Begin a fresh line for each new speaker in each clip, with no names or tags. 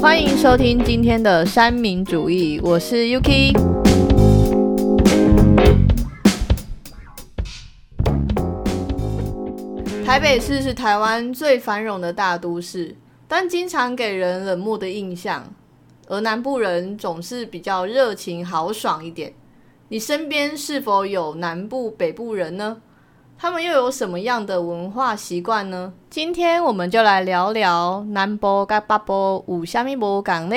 欢迎收听今天的三民主义，我是 Yuki。台北市是台湾最繁荣的大都市，但经常给人冷漠的印象，而南部人总是比较热情豪爽一点。你身边是否有南部、北部人呢？他们又有什么样的文化习惯呢？今天我们就来聊聊南部跟北部有虾米不同呢？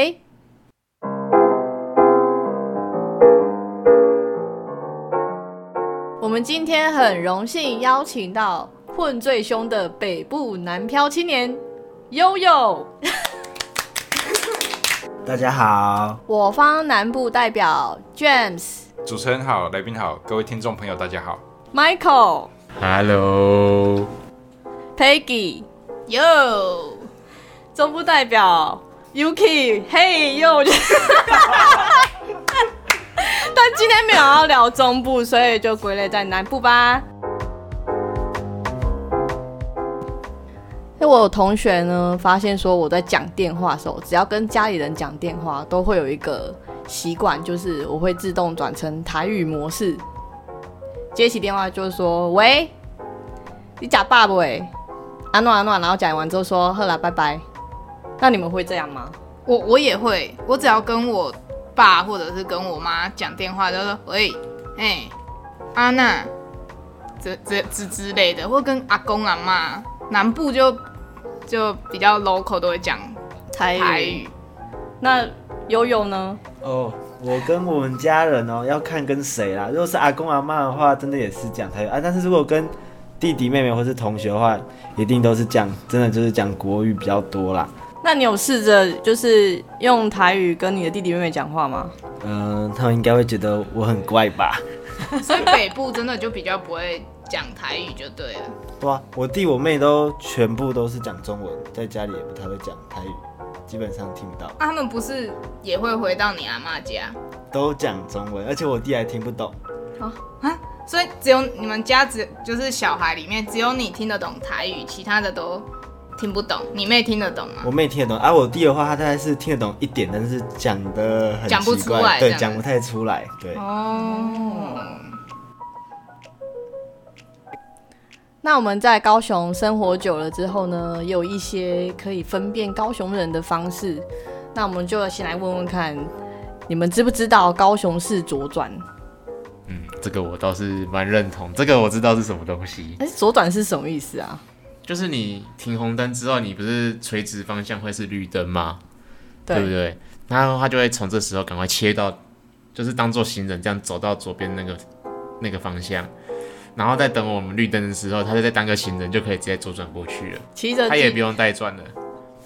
我们今天很荣幸邀请到混最凶的北部南漂青年悠悠，
大家好，
我方南部代表 James、
主持人好，来宾好，各位听众朋友大家好。
Michael、
Hello，
Peggy、Yo，中部代表 Yuki、Hey Yo。但今天没有要聊中部，所以就归类在南部吧。哎那我有同学呢，发现说我在讲电话的时候，只要跟家里人讲电话，都会有一个习惯，就是我会自动转成台语模式，接起电话就是说：“喂，你假爸不？哎，安诺安诺。”然后讲完之后说：“好啦，拜拜。”那你们会这样吗？
我我也会，我只要跟我爸或者是跟我妈讲电话，就说喂，哎、阿娜，这这之之类的，或跟阿公阿妈，南部就就比较 local 都会讲
台
台语，
那悠悠呢？
哦，我跟我们家人哦，要看跟谁啦。如果是阿公阿妈的话，真的也是讲台语啊。但是如果跟弟弟妹妹或是同学的话，一定都是讲，真的就是讲国语比较多啦。
那你有试着就是用台语跟你的弟弟妹妹讲话吗？
嗯、他们应该会觉得我很怪吧？
所以北部真的就比较不会讲台语就对了。
对啊，我弟我妹都全部都是讲中文，在家里也不太会讲台语，基本上听不到，
啊、他们不是也会回到你阿妈家
都讲中文，而且我弟还听不懂。
啊？所以只有你们家只就是小孩里面只有你听得懂台语，其他的都听不懂。你妹听得懂吗？
我妹听得懂，啊，我弟的话，他大概是听得懂一点，但是讲的很
讲不
奇
出
怪
来这
对，
样
讲不太出来，对。
哦，
那我们在高雄生活久了之后呢，也有一些可以分辨高雄人的方式。那我们就先来问问看，你们知不知道高雄市左转？
嗯，这个我倒是蛮认同，这个我知道是什么东西，
哎、左转是什么意思啊？
就是你停红灯之后，你不是垂直方向会是绿灯吗？对不对？然后他就会从这时候赶快切到，就是当做行人这样走到左边那个那个方向，然后再等我们绿灯的时候，他就再当个行人就可以直接左转过去了，
骑着
他也
机
不用带转了，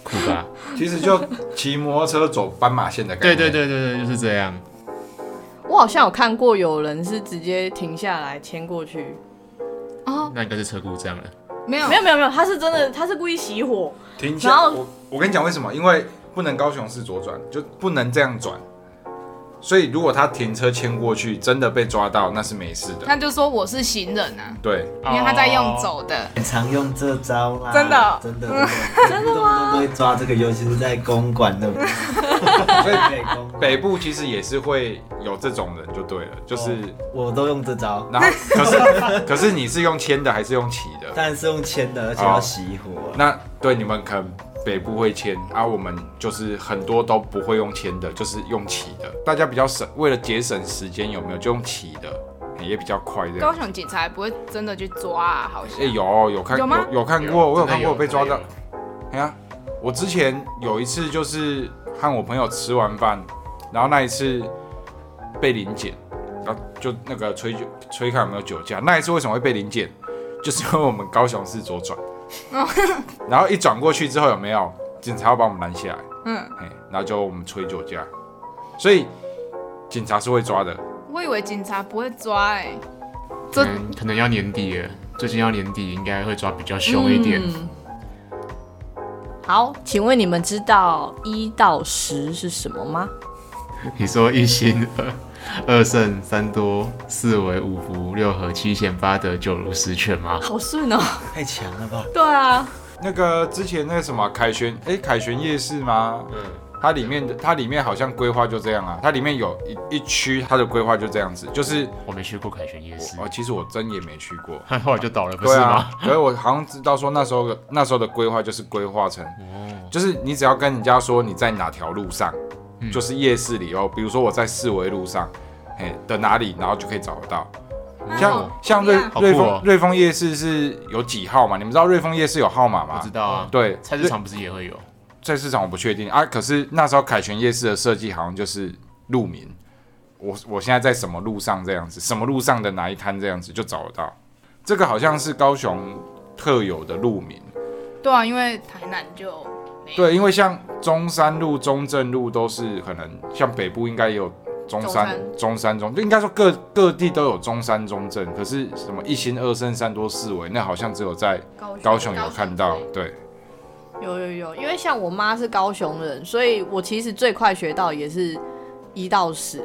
酷 吧？
其实就骑摩托车走斑马线的感
对
觉。
对对对对，就是这样。
我好像有看过有人是直接停下来牵过去，
哦，
那应该是车故障了，
没有
没有没有没有，他是真的，他是故意熄火。
停
然
下。
后
我我跟你讲为什么？因为不能高雄市左转，就不能这样转。所以如果他停车牵过去，真的被抓到，那是没事的。
他就说我是行人啊，
对，
因为他在用走的。
很常用这招啦，
真的哦
真的，嗯 真的吗？都会抓这个，尤其是在公 馆那边，
所以
对公馆
北部其实也是会有这种人，就对了，就是。
哦
我都用这招，
然后，可是可是你是用牵的还是用骑的？
当然是用牵的，而且要熄火。
那对你们可能北部会牵，啊，我们就是很多都不会用牵的，就是用骑的。大家比较省，为了节省时间，有没有就用骑的，也比较快这
高
样。
雄警察也不会真的去抓、啊，好像
哎、有有看
有吗
有看过，我有看过被抓到。哎呀，我之前有一次就是和我朋友吃完饭，然后那一次被临检，然后就那个吹酒吹看有没有酒驾。那一次为什么会被临检？就是因为我们高雄市左转，然后一转过去之后有没有警察要把我们拦下来？
嗯，
哎，然后就我们吹酒驾，所以警察是会抓的。
我以为警察不会抓、哎，这
可
嗯
能嗯可能要年底了，最近要年底，应该会抓比较凶一点。
嗯好，请问你们知道一到十是什么吗？
你说一心二二胜三多四为五福六合七贤八得九如十全吗？
好顺哦。
太强了吧！
对啊，
那个之前那个什么凯旋，哎，凯旋夜市吗？
嗯，
它里面的它里面好像规划就这样啊，它里面有一一区它的规划就这样子，就是
我没去过凯旋夜市
我，哦，其实我真也没去 过，
后来就倒了，不
对
是
啊
吗？，
可是我好像知道说那时候的那时候的规划就是规划成，
哦
就是你只要跟人家说你在哪条路上，
嗯
就是夜市里哦，比如说我在四维路上，哎的哪里，然后就可以找得到。像像瑞
好
酷哦
瑞丰瑞丰夜市是有几号嘛？你们知道瑞丰夜市有号码
我
吗
知？道啊，
对，
菜市场不是也会有？
菜市场我不确定啊。可是那时候凯旋夜市的设计好像就是路名，我我现在在什么路上这样子，什么路上的哪一摊这样子就找得到。这个好像是高雄特有的路名，
对啊，因为台南就没有
对，因为像中山路、中正路都是可能像北部应该也有中山、中山中，就应该说各各地都有中山中正。可是什么一心二圣三多四维，那好像只有在高雄有看到。对，
有有有，因为像我妈是高雄人，所以我其实最快学到也是一到十。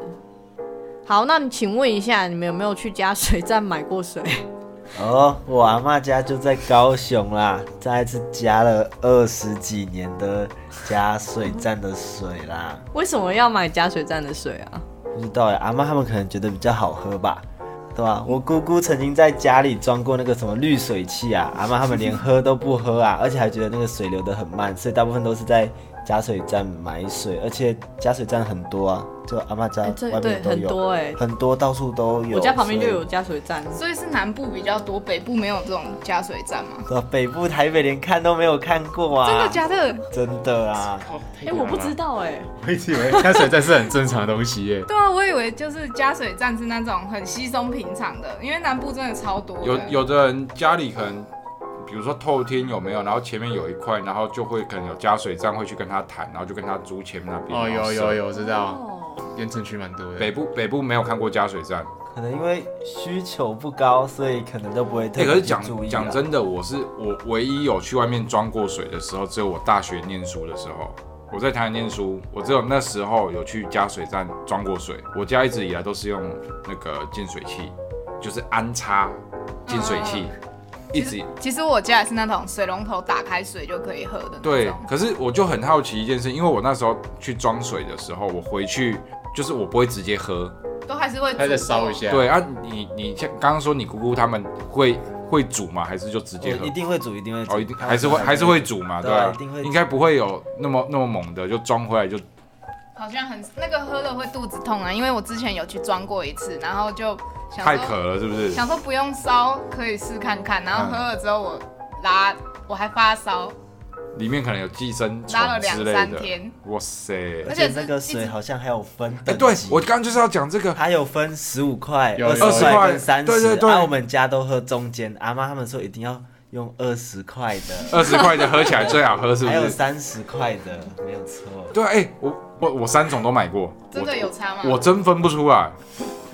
好，那你请问一下，你们有没有去加水站买过水？
哦，我阿嬷家就在高雄啦，再一次加了二十几年的加水站的水啦。
为什么要买加水站的水啊？
不知道哎，阿妈他们可能觉得比较好喝吧，对吧、我姑姑曾经在家里装过那个什么滤水器啊，阿妈他们连喝都不喝啊， 而且还觉得那个水流得很慢，所以大部分都是在加水站买水，而且加水站很多啊，就阿妈家
哎这
外
对
面都
很
有，
多哎
很多到处都有。
我家旁边就
所
有
以。
加水站。
所以是南部比较多，北部没有这种加水站吗？
对啊北部台北连看都没有看过啊！
真的假的？
真的啊！
哎、我不知，道哎、
我一直以为开水站是很正常的东西耶。
对啊，我以为就是加水站是那种很稀松平常的，因为南部真的超多的。
有有的人家里可能，比如说透天有没有，然后前面有一块，然后就会可能有加水站会去跟他谈，然后就跟他租前面那边。
哦，
然后
有
设
有。有，我知道，
哦，
盐城区蛮多的。
北部北部没有看过加水站，
可能因为需求不高，所以可能都不会特
哎、
别
可是
去
讲
注意啊
讲
啦
真的，我是我唯一有去外面装过水的时候，只有我大学念书的时候。我在台南念书，我只有那时候有去加水站装过水。我家一直以来都是用那个净水器，就是安插净水器，
啊
一直
其实我家也是那种水龙头打开水就可以喝的那
对
种，。
可是我就很好奇一件事，因为我那时候去装水的时候，我回去就是我不会直接喝，
都还是会
还得
煮哦
烧一下。
对啊，你你像刚刚说你姑姑他们会会煮吗？还是就直接喝
哦我一？定会煮，一定会煮，
哦，一定还是会还是会煮嘛，
对
对
啊
吧
一定会？煮
应该不会有那么那么猛的，就装回来就
好像很那个喝了会肚子痛啊，因为我之前有去装过一次，然后就想
太
说
渴了，是不是？
想说不用烧可以试看看，然后喝了之后我拉我还发烧，
里面可能有寄生虫
拉了两
之类
三
的。
天，
哇塞！
而
而
且
且
那
是
个
一
水
直
好像还有分
哎，
等级，
对我刚刚就是要讲这 个，
它有分十五块、
有有
十块跟三十，
对对对
啊，我们家都喝中间，阿妈他们说一定要用二十块的，
二十块的喝起来最好喝，是不
还有
是？
三十块的，没有错。
对啊，哎，我我我三种都买过，
真的有差吗？
我真分不出来，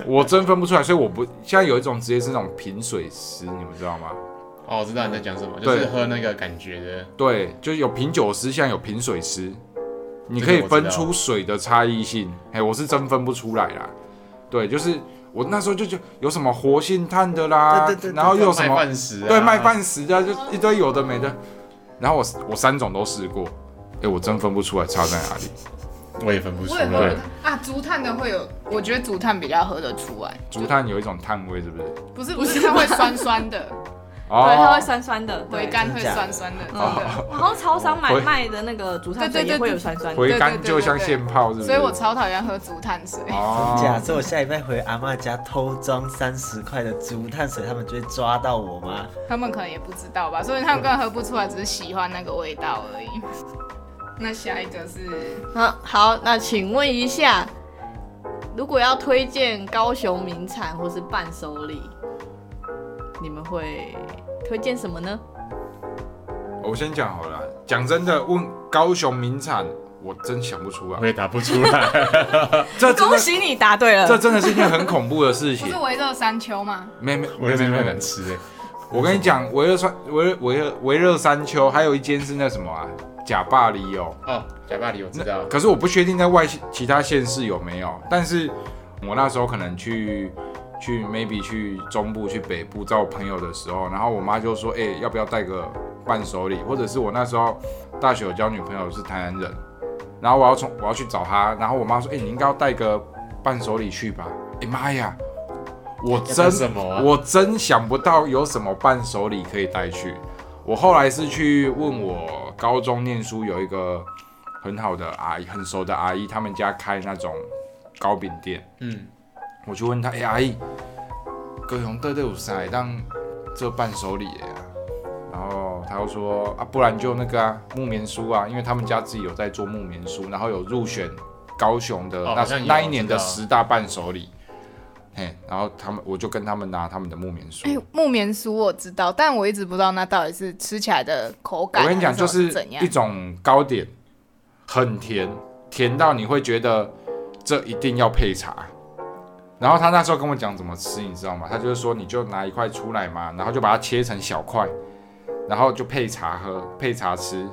我真分不出来，所以我不现在有一种职业是那种品水师，你们知道吗？
哦，我知道你在讲什么，
对
就是喝那个感觉的。
对，就是有品酒师，现在有品水师，你
这
可
个
以
我知
分
道
出水的差异性。哎，我是真分不出来啦。对，就是我那时候就就有什么活性炭的啦，
对对对对
然后又有什
卖
么
饭食啊？
对卖饭食的啊，就一堆有的没的。然后我我三种都试过，哎，我真分不出来差在哪里。
我也分不出
我也喝
来
了。啊，竹炭的会有，我觉得竹炭比较喝得出来，
竹炭有一种炭味，是不是？
不是
不
不
是
是它会酸酸的，
对，它
哦
会，酸酸的，
回
对。
甘会酸酸的，真的。
我好像超商买
回
卖的那个竹炭水
对对
也
对
会有
对
酸酸的，
回
对
甘
对对
就像
对对
现泡，是不是？
所以我超讨厌喝竹炭 水。
哦
假设我下礼拜回阿妈家偷装三十块的竹炭水，他们就会抓到我吗？
他们可能也不知道吧，所以他们根本喝不出来，只是喜欢那个味道而已。那下一个是
好，好，那请问一下，如果要推荐高雄名产或是伴手礼，你们会推荐什么呢？
我先讲好了啦。讲真的，问高雄名产，我真想不出来
我。也打不 出来。
这真的
恭喜你答对
这
了，
真的是一件很恐怖的事
不
情
是。围热山丘吗？
没没没
我也
没
真的
没
很
没
难，吃哎。
我跟你讲，维热山维维热维热山丘，还有一间是那什么啊，假巴黎哦。
哦，假巴黎我知道
那。可是我不确定在外其他县市有没有，但是我那时候可能去去 maybe 去中部去北部找我朋友的时候，然后我妈就说，哎、要不要带个伴手礼？或者是我那时候大学有交女朋友是台南人，然后我要从我要去找他，然后我妈说：“哎、你应该要带个伴手礼去吧。哎妈呀，我
要带
真
什么啊
我真想不到有什么伴手礼可以带去。我后来是去问我高中念书有一个很好的阿姨，很熟的阿姨，他们家开那种糕饼店。
嗯，
我就问她：“哎、阿姨，高雄对对有啥会当做伴手礼的啊？”然后她又说：“啊，不然就那个啊木棉书啊，因为他们家自己有在做木棉书，然后有入选高雄的
哦
那、
好像有
那一年的
我知
十大伴手礼。”嘿，然后他们我就跟他们拿他们的木棉书。
哎、木棉酥我知道，但我一直不知道那到底是吃起来的口感
我
还
跟你
什么，
讲，就是
怎样
一。种糕点，很甜，甜到你会觉得这一定要配茶。然后他那时候跟我讲怎么吃，你知道吗？他就是说你就拿一块出来嘛，然后就把它切成小块，然后就配茶喝，配茶吃，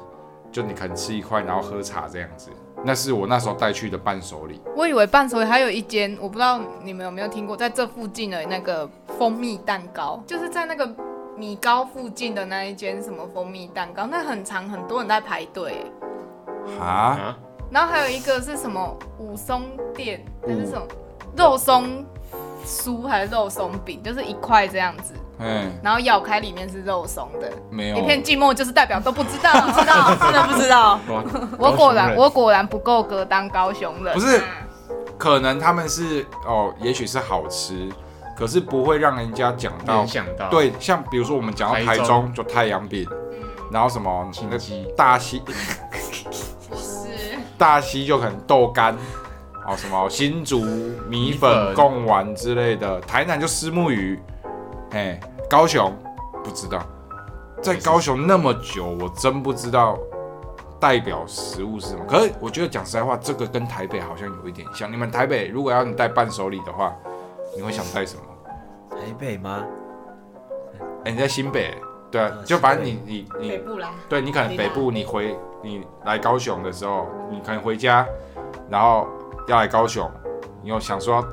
就你可能吃一块，然后喝茶这样子。那是我那时候带去的伴手礼。
我以为伴手礼还有一间，我不知道你们有没有听过，在这附近的那个蜂蜜蛋糕，就是在那个米糕附近的那一间什么蜂蜜蛋糕，那很长，很多人在排队耶。
哈，
啊，
然后还有一个是什么武松店还是什
嗯
么肉松酥还是肉松饼，就是一块这样子，
嗯，
然后咬开里面是肉松的。
没有
一。片寂寞就是代表都不知 道，知
哦
道真的不知道。
哇
我果
高雄
然
人
我果然不够格当高雄人。
不是可能他们是哦，也许是好吃，可是不会让人家讲到
没想到，，
哦对，像比如说我们讲到台
啊台
中
中嗯
就太阳饼，然后什么那
金鸡
大溪
不是，
大溪就可能豆干，哦什么新竹米
米
粉、
粉
贡丸之类的，台南就虱目鱼，哎，高雄不知道，在高雄那么久，我真不知道代表食物是什么。可是我觉得讲实在话，这个跟台北好像有一点像。你们台北如果要你带伴手礼的话，你会想带什么？
台北吗？
哎、你在新北，对啊
呃，
就反正
新
你你你
北部啦。
对你可能北部你回你来高雄的时候，你可能回家，然后要来高雄，你有想说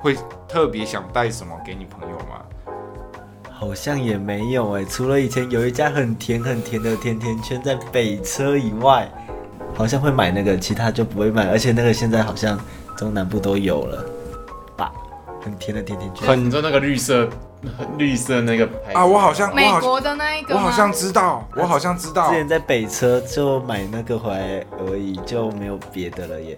会特别想带什么给你朋友吗？
好像也没有哎、除了以前有一家很甜很甜的甜甜圈在北车以外，好像会买那个，其他就不会买。而且那个现在好像中南部都有了吧，很甜的甜甜圈。
很你说那个绿色绿色那个牌子
啊，我好像我
美
好像
国的那一个
我
吗
好像知道，我好像知道
之，前在北车就买那个回来而已，就没有别的了耶。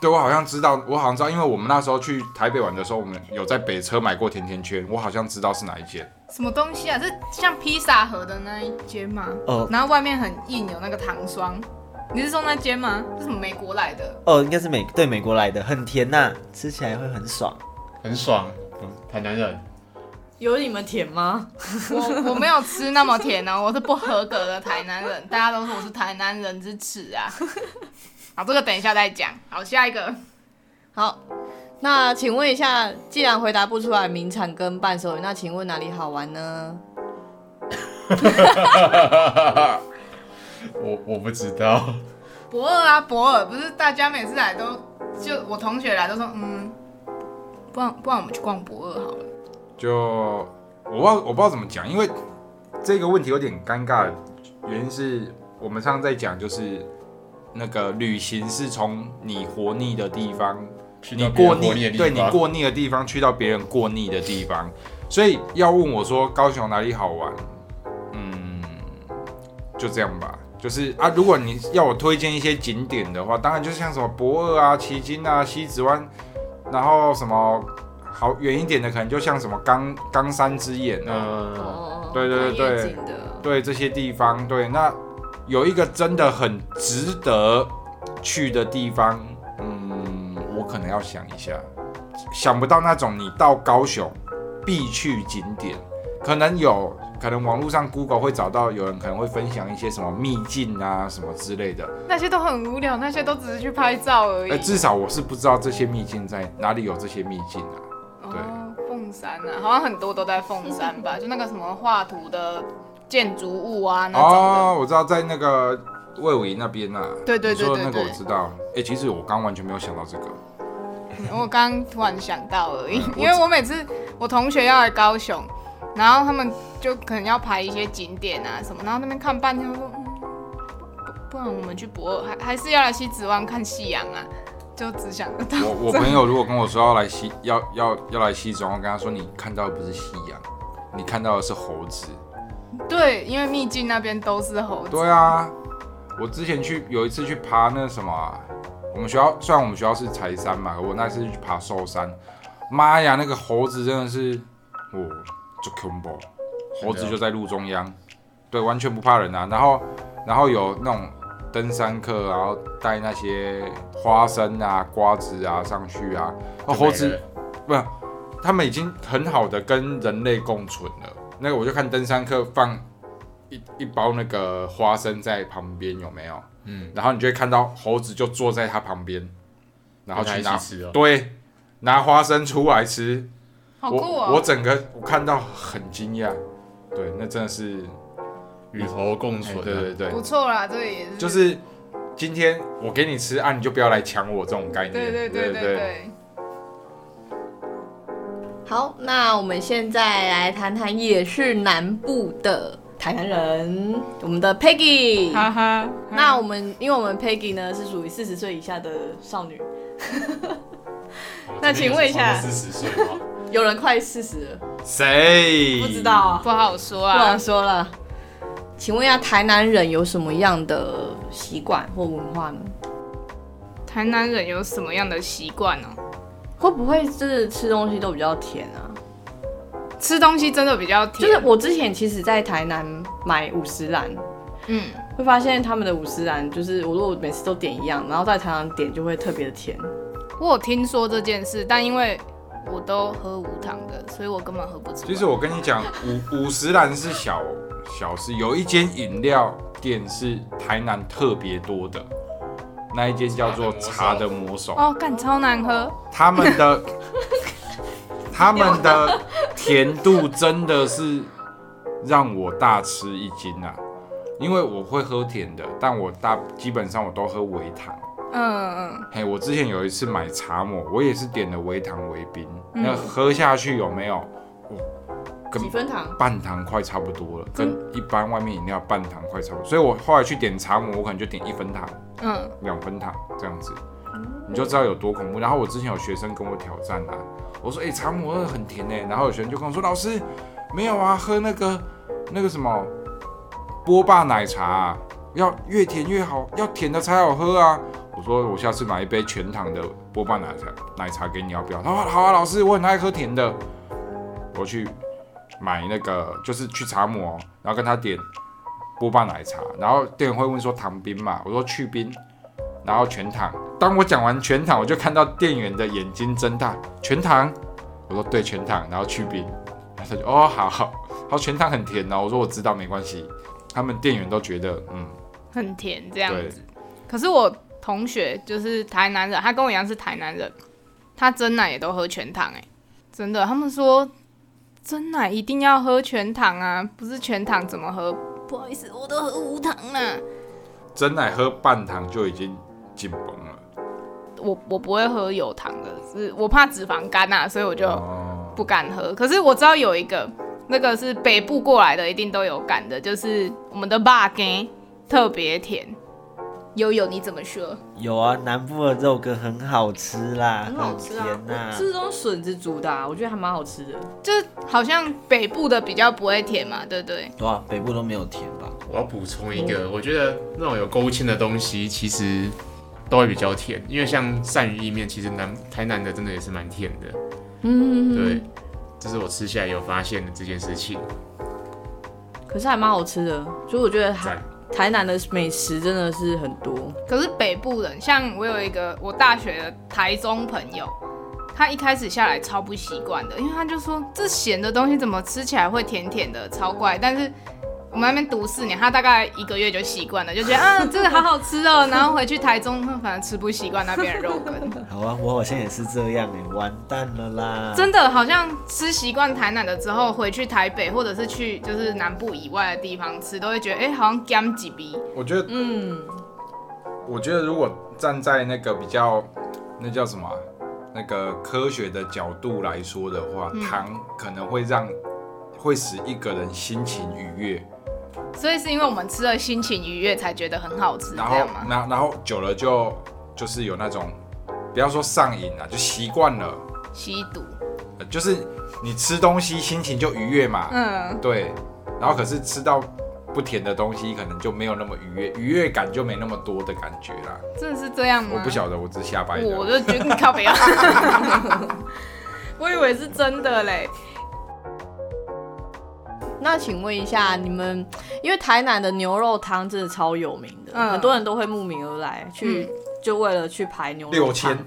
对我好像知道，我好像知道，因为我们那时候去台北玩的时候，我们有在北车买过甜甜圈，我好像知道是哪一间。
什么东西啊？是像披萨盒的那一间吗？
哦
然后外面很硬，有那个糖霜。你是说那间吗？是什么美国来的？
哦，应该是美对美国来的，很甜呐、吃起来会很爽。
很爽，嗯台南人
有你们甜吗？
我我没有吃那么甜哦，我是不合格的台南人，大家都说我是台南人之耻啊。好，这个等一下再讲。好，下一个
好，那请问一下，既然回答不出来名产跟伴手礼，那请问哪里好玩呢？
我我不知 道，
博尔啊，博尔不是大家每次来都就我同学来都说，嗯，不然不然我们去逛博尔好了。
就我不知道我不知道怎么讲，因为这个问题有点尴尬，原因是我们上次在讲就是那个旅行是从你活腻的地方，
去
你
到别
过
人活
腻
腻的地
对你
方
过腻的地方去到别人过腻的地方，所以要问我说高雄哪里好玩，嗯，就这样吧。就是啊，如果你要我推荐一些景点的话，当然就是像什么博尔啊、旗津啊、西子湾，然后什么好远一点的，可能就像什么冈冈山之眼啊，
嗯，
哦
对对对对
看夜景的，
对这些地方，对，那有一个真的很值得去的地方，嗯，我可能要想一下，想不到那种你到高雄必去景点，可能有，可能网络上 Google 会找到有人可能会分享一些什么秘境啊什么之类的，
那些都很无聊，那些都只是去拍照而已。
哎，至少我是不知道这些秘境在哪里有这些秘境啊，对
哦，凤山啊，好像很多都在凤 山吧，就那个什么画图的建筑物啊那种的。
哦，我知道在那个魏武营那边啊，
对对对
你说的
对
那个我
对
知道，哎，其实我刚完全没有想到这个。
我刚刚突然想到而已
嗯，我
因为我每次我同学要来高雄，然后他们就可能要排一些景点啊什么，然后那边看半天，我说、嗯、不不然我们去博尔还还是要来西子湾看夕阳啊，就只想得到
我我
这
朋友如果跟我说要来西要要要来西中，我跟他说你看到的不是夕阳，你看到的是猴子。
对，因为秘境那边都是猴子，
对啊，我之前去有一次去爬那什么啊、我们学校虽然我们学校是柴山嘛，我那次去爬寿山，妈呀，那个猴子真的是，哦，就 combo，猴子就在路中央，对，完全不怕人啊。然后，然后有那种登山客，然后带那些花生啊、瓜子啊上去啊，哦，猴子不，他们已经很好的跟人类共存了。那个我就看登山客放一一包那个花生在旁边有没有？嗯，然后你就会看到猴子就坐在它旁边，然后去
跟它
拿
一起吃哦
对，拿花生出来吃。
好酷
我我
哦！
整个我看到很惊讶，对，那真的是，
与猴共
哎
存、啊，
对对对
不，错啦，这也是
就是今天我给你吃啊，你就不要来抢我这种概念。
对对
对
对对对，
好，那我们现在来谈谈也是南部的台南人，我们的 Peggy。
哈哈。
那我们因为我们 Peggy 呢是属于四十岁以下的少女，那请问一下
四十岁吗？
有人快四十了，
谁？
不知道。啊，
不好说
不
啊
好，说了。请问一下，台南人有什么样的习惯或文化呢？
台南人有什么样的习惯哦？
会不会就是吃东西都比较甜啊？
吃东西真的比较
就
甜，
是我之前其实，在台南买五十兰，
嗯，
会发现他们的五十兰就是我如果每次都点一样，然后在台南点就会特别的甜。
我有听说这件事，但因为我都喝无糖的，所以我根本喝不出来。
其实我跟你讲，五五十岚是小小事，有一间饮料店是台南特别多的，那一间叫做茶的魔手，
哦，干超难喝，
他们的他们的甜度真的是让我大吃一惊啊！因为我会喝甜的，但我大基本上我都喝微糖。
嗯嗯，
嘿，我之前有一次买茶抹，我也是点了微糖微冰，那喝下去有没有？哇，根
几分糖？
半糖快差不多了，跟一般外面饮料半糖快差不多。所以我后来去点茶母，我可能就点一分糖、
嗯，
两分糖这样子，你就知道有多恐怖。然后我之前有学生跟我挑战啊，我说：“哎、茶母那个很甜呢、然后有学生就跟我说：“老师，没有啊，喝那个那个什么波霸奶茶啊、要越甜越好，要甜的才好喝啊。”我说：“我下次买一杯全糖的波霸奶茶奶茶给你，要不要？”他说：“好啊，老师，我很爱喝甜的。”我去买那个，就是去茶母哦，然后跟他点波霸奶茶，然后店员会问说糖冰嘛，我说去冰，然后全糖。当我讲完全糖，我就看到店员的眼睛睁大，全糖，我说对全糖，然后去冰，然后他就哦好好，他说全糖很甜哦，我说我知道没关系，他们店员都觉得嗯
很甜这样
对
子。可是我同学就是台南人，他跟我一样是台南人，他真奶也都喝全糖哎、真的，他们说真奶一定要喝全糖啊，不是全糖怎么喝？不好意思，我都喝无糖啊。
真奶喝半糖就已经紧绷了
我我不会喝有糖的，是我怕脂肪肝啊，所以我就
哦，
不敢喝。可是我知道有一个，那个是北部过来的，一定都有感的，就是我们的霸根特别甜。悠悠你怎么说？
有啊，南部的肉羹很好吃啦，
很好吃啊
甜，呐、
我吃的都是笋子煮的、啊，我觉得还蛮好吃的。
就是好像北部的比较不会甜嘛，对不对？
对啊，北部都没有甜吧？
我要补充一个，我觉得那种有勾芡的东西其实都会比较甜，因为像鳝鱼意面，其实南台南的真的也是蛮甜的。嗯，对，这是我吃下来有发现的这件事情。
可是还蛮好吃的，所以我觉得台
赞
台南的美食真的是很多。
可是北部人，像我有一个我大学的台中朋友，他一开始下来超不习惯的，因为他就说这咸的东西怎么吃起来会甜甜的，超怪。但是我们那边读四年，他大概一个月就习惯了，就觉得啊 这个好好吃哦。然后回去台中，反正吃不习惯那边的肉 羹，
好啊，我好像也是这样哎、完蛋了啦！
真的好像吃习惯台南的之后，回去台北或者是去就是南部以外的地方吃，都会觉得哎、好像干几鼻。
我觉得
嗯，
我觉得如果站在那个比较，那叫什么啊、那个科学的角度来嗯说的话，糖可能会让会使一个人心情愉悦，
所以是因为我们吃了心情愉悦才觉得很好吃，这
然后
样吗？
然后然后久了就就是有那种，不要说上瘾啊了，就习惯了，
吸毒，
呃就是你吃东西心情就愉悦嘛，
嗯，
对，然后可是吃到不甜的东西，可能就没有那么愉悦，愉悦感就没那么多的感觉啦。
真的是这样吗？
我不晓得，我只是瞎掰
嗯我
的。
就觉得你靠北啊，我以为是真的嘞。
那请问一下，你们因为台南的牛肉汤真的超有名的，
嗯
很多人都会慕名而来，去、就为了去排牛肉
六
汤
千。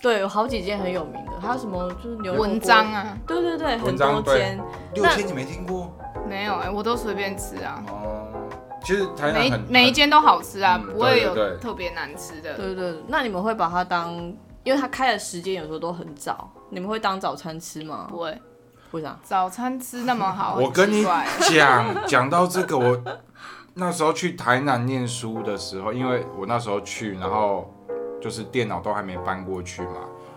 对，有好几间很有名的，还有什么就是牛肉锅
文章，啊，
对对对，很
文章
多
对
间。
六
那
千你没听过？
没有哎、我都随便吃啊，
哦，其实台南
每
很
每一间都好吃啊，
嗯
不会
对对
有
对
特别难吃的。
对对，对那你们会把它当，因为它开的时间有时候都很早，你们会当早餐吃吗
不？会，
为啥？
早餐吃那么好，
我跟
很奇
你
怪
讲，讲到这个，我那时候去台南念书的时候，因为我那时候去，然后就是电脑都还没搬过去嘛，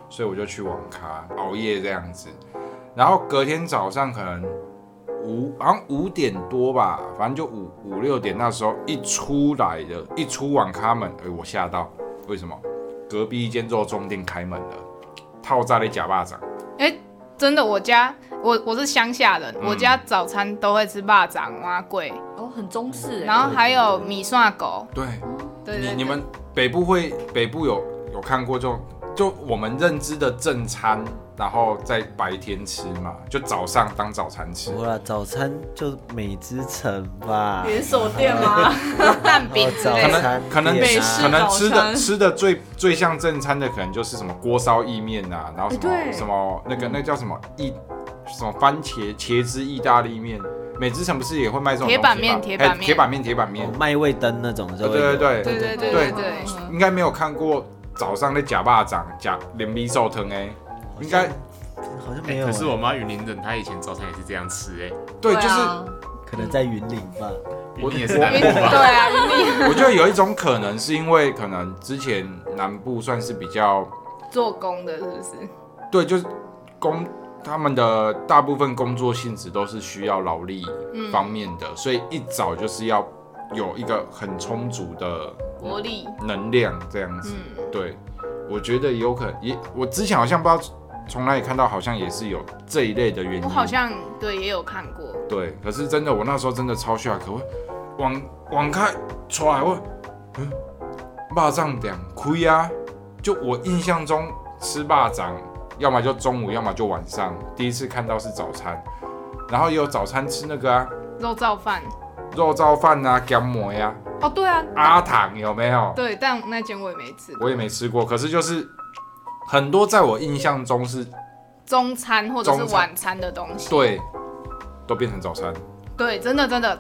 所以我就去网咖熬夜这样子，然后隔天早上可能五好像五点多吧，反正就五五六点那时候一出来的，一出网咖门，哎、我吓到，为什么？隔壁一间肉中店开门了，套炸的假巴掌，
真的，我家我我是乡下人，我家早餐都会吃霸掌、蛙桂，
哦，很中式哎、
然后还有米蒜狗。
对。
对对
你
对
你们北部会北部有有看过这种，就我们认知的正餐，然后在白天吃嘛，就早上当早餐吃。
不啦，早餐就美之城吧，
连锁店 吗？
蛋饼
哦
之
早
类
可
的，
餐
能可能
店
美
啊
式
可能吃
早
的
餐
吃的最最像正餐的，可能就是什么锅烧意面呐、然后什么、
哎对
什么那个
嗯
那叫什么意什么番茄茄汁意大利面，美之城不是也会卖这种
铁板
东西吗
面铁
哎
板面
铁板面铁板面
哦，卖味灯那种就
对
会有
对对
对对对
对
对对，
嗯
应该没有看过早上的假巴掌假连米寿汤哎，应该
好像没
哎
有啊，
可是我妈云林人，她以前早餐也是这样吃哎，
对就是。
啊
可能在云林吧。
云林也是
我
南
云
部
对
吧？
啊，云 林
我觉得有一种可能是因为可能之前南部算是比较
做工的是不是？
对，就是工他们的大部分工作性质都是需要劳力方面的，所以一早就是要有一个很充足的
活力，
能量这样子。
嗯，
对，我觉得有可能也，我之前好像不知道从哪里看到，好像也是有这一类的原因。
我好像对也有看过，
对，可是真的，我那时候真的超下可我网网开出来我，嗯，霸掌点亏啊！就我印象中吃霸掌，要么就中午，要么就晚上。第一次看到是早餐，然后也有早餐吃那个啊，
肉燥饭。
肉燥饭啊，姜馍呀、
哦，对啊，
阿糖有没有？
对，但那间我也没吃过。
我也没吃过，可是就是很多在我印象中是
中餐或者是
中餐
晚餐的东西。
对，都变成早餐
对，真的真的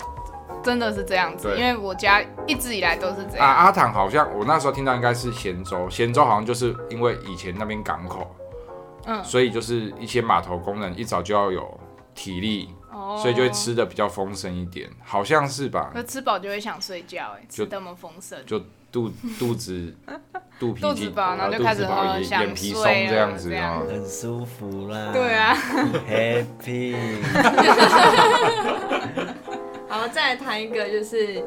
真的是这样子，
对
因为我家一直以来都是这
啊。
样。
阿糖好像我那时候听到应该是咸州，咸州好像就是因为以前那边港口。
嗯，
所以就是一些码头工人一早就要有体力，
哦
所以就会。吃的比较丰盛一点，好像是吧？
可吃饱就会想睡觉，哎，
就
吃那么丰盛，
就肚肚 子肚皮哦
肚子饱然后就
肚
开始
子饱
喝
眼
想
眼皮松
睡了
这样子
这
啊
样。
很舒服啦，
对啊，
，happy，
好，再来谈一个，就是，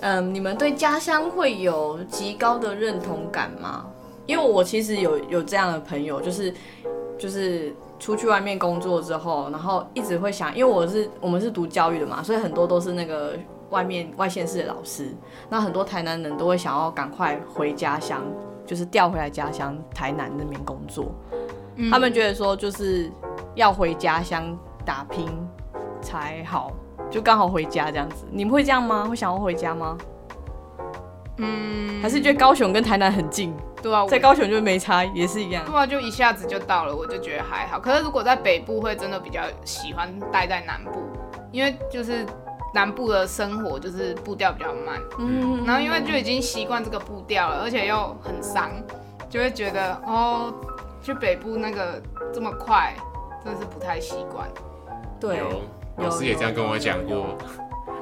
嗯，你们对家乡会有极高的认同感吗？因为我其实有有这样的朋友，就是就是出去外面工作之后，然后一直会想，因为我是我们是读教育的嘛，所以很多都是那个外面外县市的老师，那很多台南人都会想要赶快回家乡，就是调回来家乡台南那边工作。
嗯
他们觉得说就是要回家乡打拼才好，就刚好回家这样子。你们会这样吗？会想要回家吗？
嗯，
还是觉得高雄跟台南很近，
对啊，我
在高雄就没差，也是一样。
对啊，就一下子就到了，我就觉得还好。可是如果在北部，会真的比较喜欢待在南部，因为就是南部的生活就是步调比较慢，
嗯，
然后因为就已经习惯这个步调了，而且又很伤，就会觉得哦，去北部那个这么快，真的是不太习惯。
对，
有
有
老师也这样跟我讲
有有
过，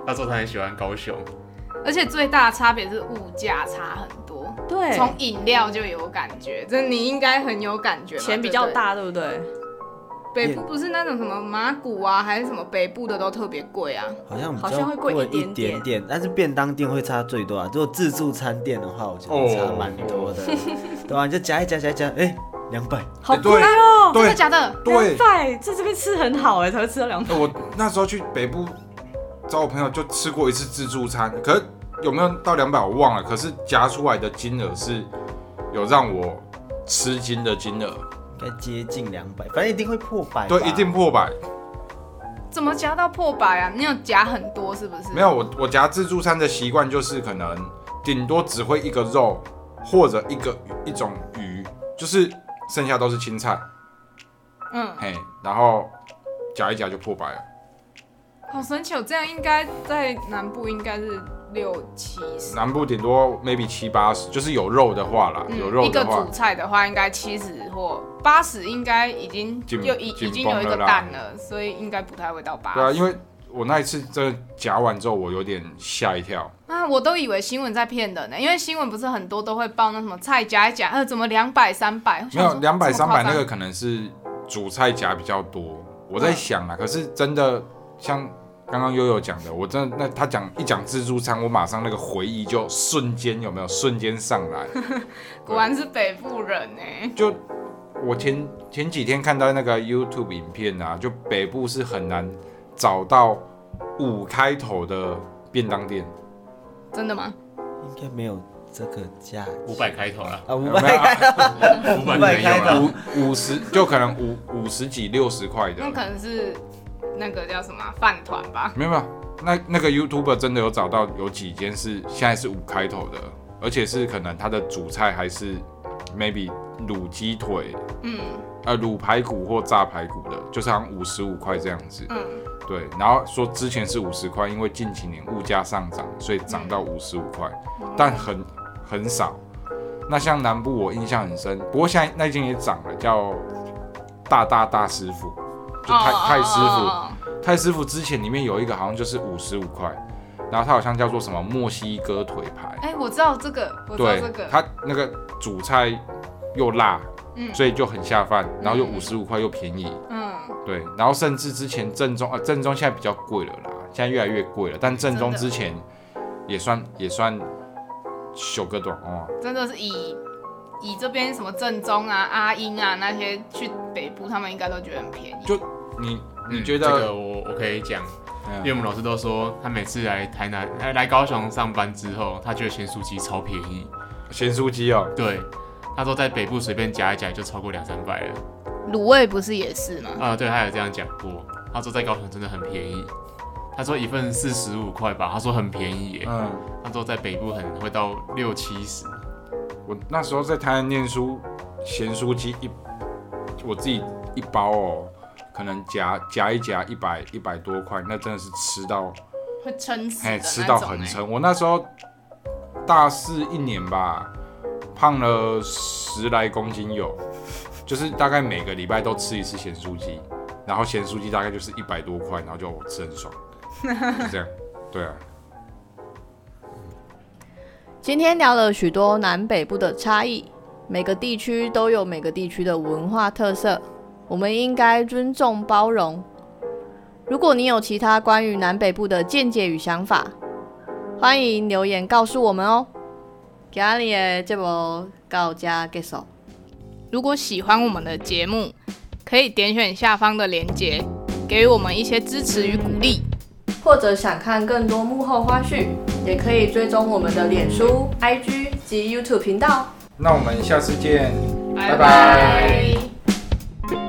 那时候她很喜欢高雄，
而且最大的差别是物价差很多，
对，
从饮料就有感觉，这你应该很有感觉吧，
钱比
对不
较
对。
大，对不对？
北部不是那种什么麻古啊，还是什么北部的都特别贵啊。
好像比
好像
较
会贵一
一
点
点点，但是便当店会差最多啊。如果自助餐店的话，我觉
哦
得差蛮 多的，对啊吧、你就夹一夹夹一夹，哎，两百，
好
对
贵哦，
真
对
的假的？
对
两，百在这边吃很好哎，才会吃到两百。
哎我那时候去北部找我朋友就吃过一次自助餐，可是有没有到两百我忘了，可是夹出来的金额是有让我吃惊的金额，
应该接近两百，反正一定会破百吧。
对，一定破百。
怎么夹到破百啊？你有夹很多是不是？
没有，我我夹自助餐的习惯就是可能顶多只会一个肉或者一个一种鱼，就是剩下都是青菜，
嗯，
嘿，然后夹一夹就破百了。
好神奇哦！这样应该在南部应该是六七十，
南部顶多 maybe 七八十，就是有肉的话啦，
嗯
有肉
一
的
个
话
主，菜的话应该七十或八十，应该已经
紧
有已
紧
已经有一个
绷了啦
蛋了，所以应该不太会到八十。
对啊，因为我那一次真的夹完之后，我有点吓一跳，
啊，我都以为新闻在骗人呢，因为新闻不是很多都会报那什么菜夹一夹，呃，怎么两百三百？
没有两百三百那个
个
可能是主菜夹比较多，我在想啦，可是真的像刚刚悠悠讲的，我真的那他讲一讲自助餐，我马上那个回忆就瞬间有没有瞬间上来，
果然是北部人哎，
就我前前几天看到那个 YouTube 影片啊，就北部是很难找到五开头的便当店，
真的吗？
应该没有这个价
五百开头 了，
啊，五
有没有
百
啊
五百没有
开头
了，
五五十就可能五五十几六十块的
那，可能是那个叫什么啊饭团吧？
没有没有。那那个 YouTuber 真的有找到有几间是现在是五开头的，而且是可能它的主菜还是 maybe 卤鸡腿，
嗯
呃卤排骨或炸排骨的，就是好像五十五块这样子。
嗯，
对，然后说之前是五十块，因为近几年物价上涨，所以涨
嗯
到五十五块，但很很少。那像南部我印象很深，不过现在那间也涨了，叫大大大师傅，就太太师傅，
哦哦，哦哦哦
太师傅之前里面有一个好像就是五十五块，然后它好像叫做什么墨西哥腿排，
哎，我知道这个，我知道
对
这，个，
它那个主菜又辣，
嗯
所以就很下饭，然后又
嗯
五十五块又便宜，
嗯，
对，然后甚至之前正宗啊，正宗现在比较贵了啦，现在越来越贵了。但正
哦
宗之前也算也算修个短哦，
真的是以以这边什么正宗啊、阿英啊那些去北部，他们应该都觉得很便宜。
就你你
嗯
觉
这
得
个我我可以讲，因为
嗯
我们老师都说，他每次来台南、来来高雄上班之后，他觉得咸酥鸡超便宜。
咸酥鸡哦？
对，他说在北部随便夹一夹就超过两三百了。
卤味不是也是吗？
啊、对，他有这样讲过。他说在高雄真的很便宜。他说一份四十五块吧，他说很便宜耶。
嗯，
他说在北部很会到六七十。
我那时候在台南念书，咸酥鸡一我自己一包哦，可能夹夹一夹一百一百多块，那真的是吃到
会撑死的
哎
那
吃到
种
很
哎
撑。我那时候大四一年吧，胖了十来公斤有，就是大概每个礼拜都吃一次咸酥鸡，然后咸酥鸡大概就是一百多块，然后就我吃很爽，就这样。对啊，
今天聊了许多南北部的差异，每个地区都有每个地区的文化特色，我们应该尊重包容。如果你有其他关于南北部的见解与想法，欢迎留言告诉我们哦。今日的节目到这结束，
如果喜欢我们的节目，可以点选下方的链接，给予我们一些支持与鼓励。
或者想看更多幕后花絮，也可以追踪我们的脸书、IG 及 YouTube 频道。
那我们下次见，
拜
拜
拜
拜。